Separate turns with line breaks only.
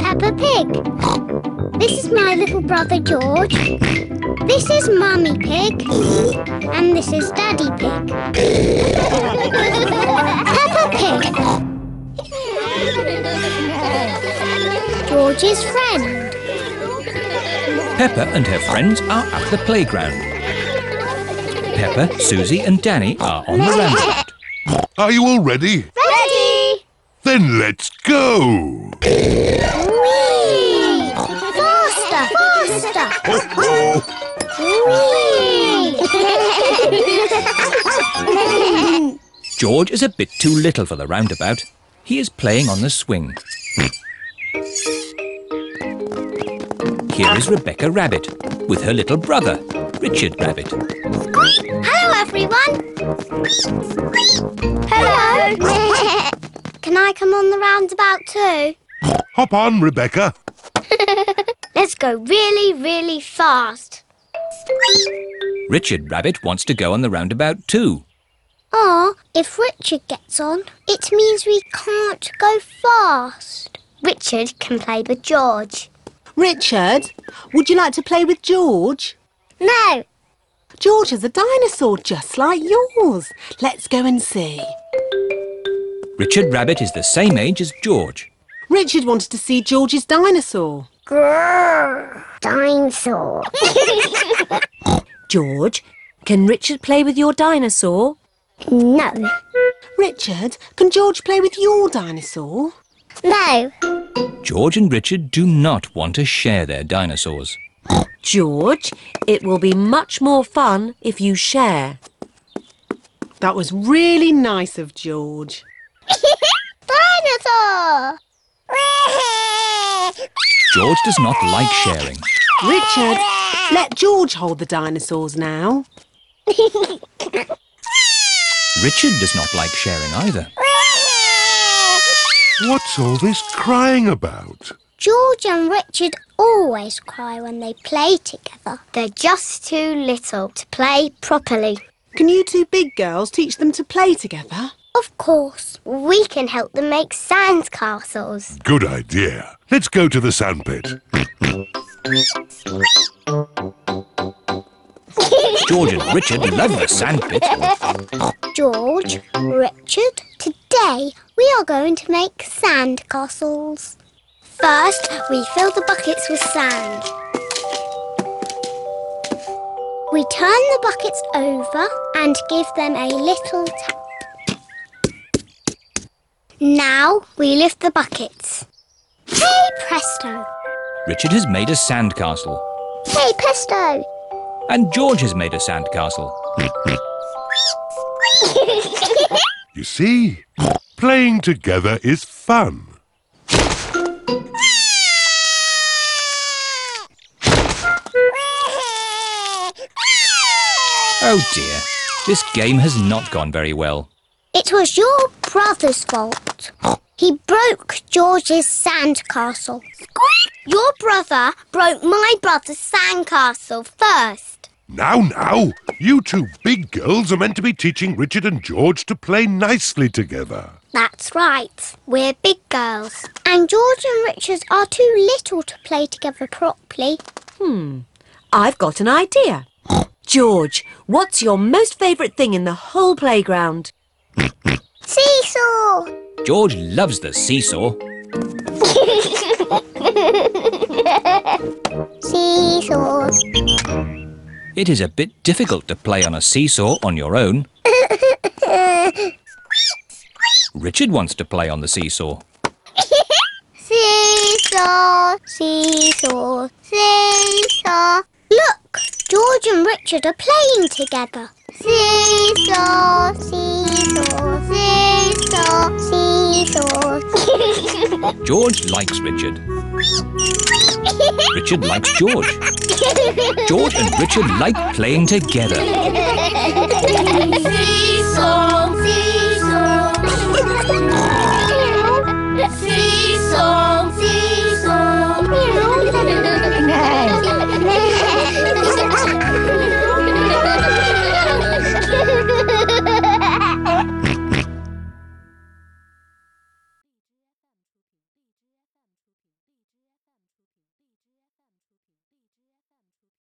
Pig. This is my little brother George. This is Mummy Pig. And this is Daddy Pig. Peppa Pig. George's friend.
Peppa and her friends are at the playground. Peppa, Susie, and Danny are on the rampart.
Are you all ready?
Ready?
Then let's go!
Whee! Faster, faster. Whee!
George is a bit too little for the roundabout. He is playing on the swing. Here is Rebecca Rabbit with her little brother, Richard Rabbit.
Hello, everyone. Hello. Can I come on the roundabout too?
Hop on, Rebecca.
Let's go really, really fast.
Richard Rabbit wants to go on the roundabout too.
Or if Richard gets on, it means we can't go fast. Richard can play with George.
Richard, would you like to play with George?
No.
George is a dinosaur just like yours. Let's go and see.
Richard Rabbit is the same age as George.
Richard wanted to see George's dinosaur.
Grrr. Dinosaur.
George, can Richard play with your dinosaur?
no.
Richard, can George play with your dinosaur?
No.
George and Richard do not want to share their dinosaurs.
George, it will be much more fun if you share.
That was really nice of George.
Dinosaur.
George does not like sharing.
Richard, let George hold the dinosaurs now.
Richard does not like sharing either.
What's all this crying about?
George and Richard always cry when they play together. They're just too little to play properly.
Can you two big girls teach them to play together?
Of course, we can help them make sandcastles.
Good idea. Let's go to the sandpit.
George and Richard love the sandpit.
George, Richard, today we are going to make sandcastles. First, we fill the buckets with sand. We turn the buckets over and give them a little tap. Now we lift the buckets. Hey presto!
Richard has made a sandcastle.
Hey presto!
And George has made a sandcastle.
You see? Playing together is fun.
Oh dear, this game has not gone very well.
It was your brother's fault. He broke George's sandcastle. Your brother broke my brother's sandcastle first.
Now, now! You two big girls are meant to be teaching Richard and George to play nicely together.
That's right. We're big girls. And George and Richard are too little to play together properly.
I've got an idea. George, what's your most favourite thing in the whole playground?
Seesaw!
George loves the seesaw.
Seesaw.
It is a bit difficult to play on a seesaw on your own. Richard wants to play on the seesaw.
Seesaw, seesaw, seesaw. Look, George and Richard are playing together. Seesaw, seesaw, seesaw, seesaw.
George likes Richard. Richard likes George. George and Richard like playing together.
Seesaw, seesaw.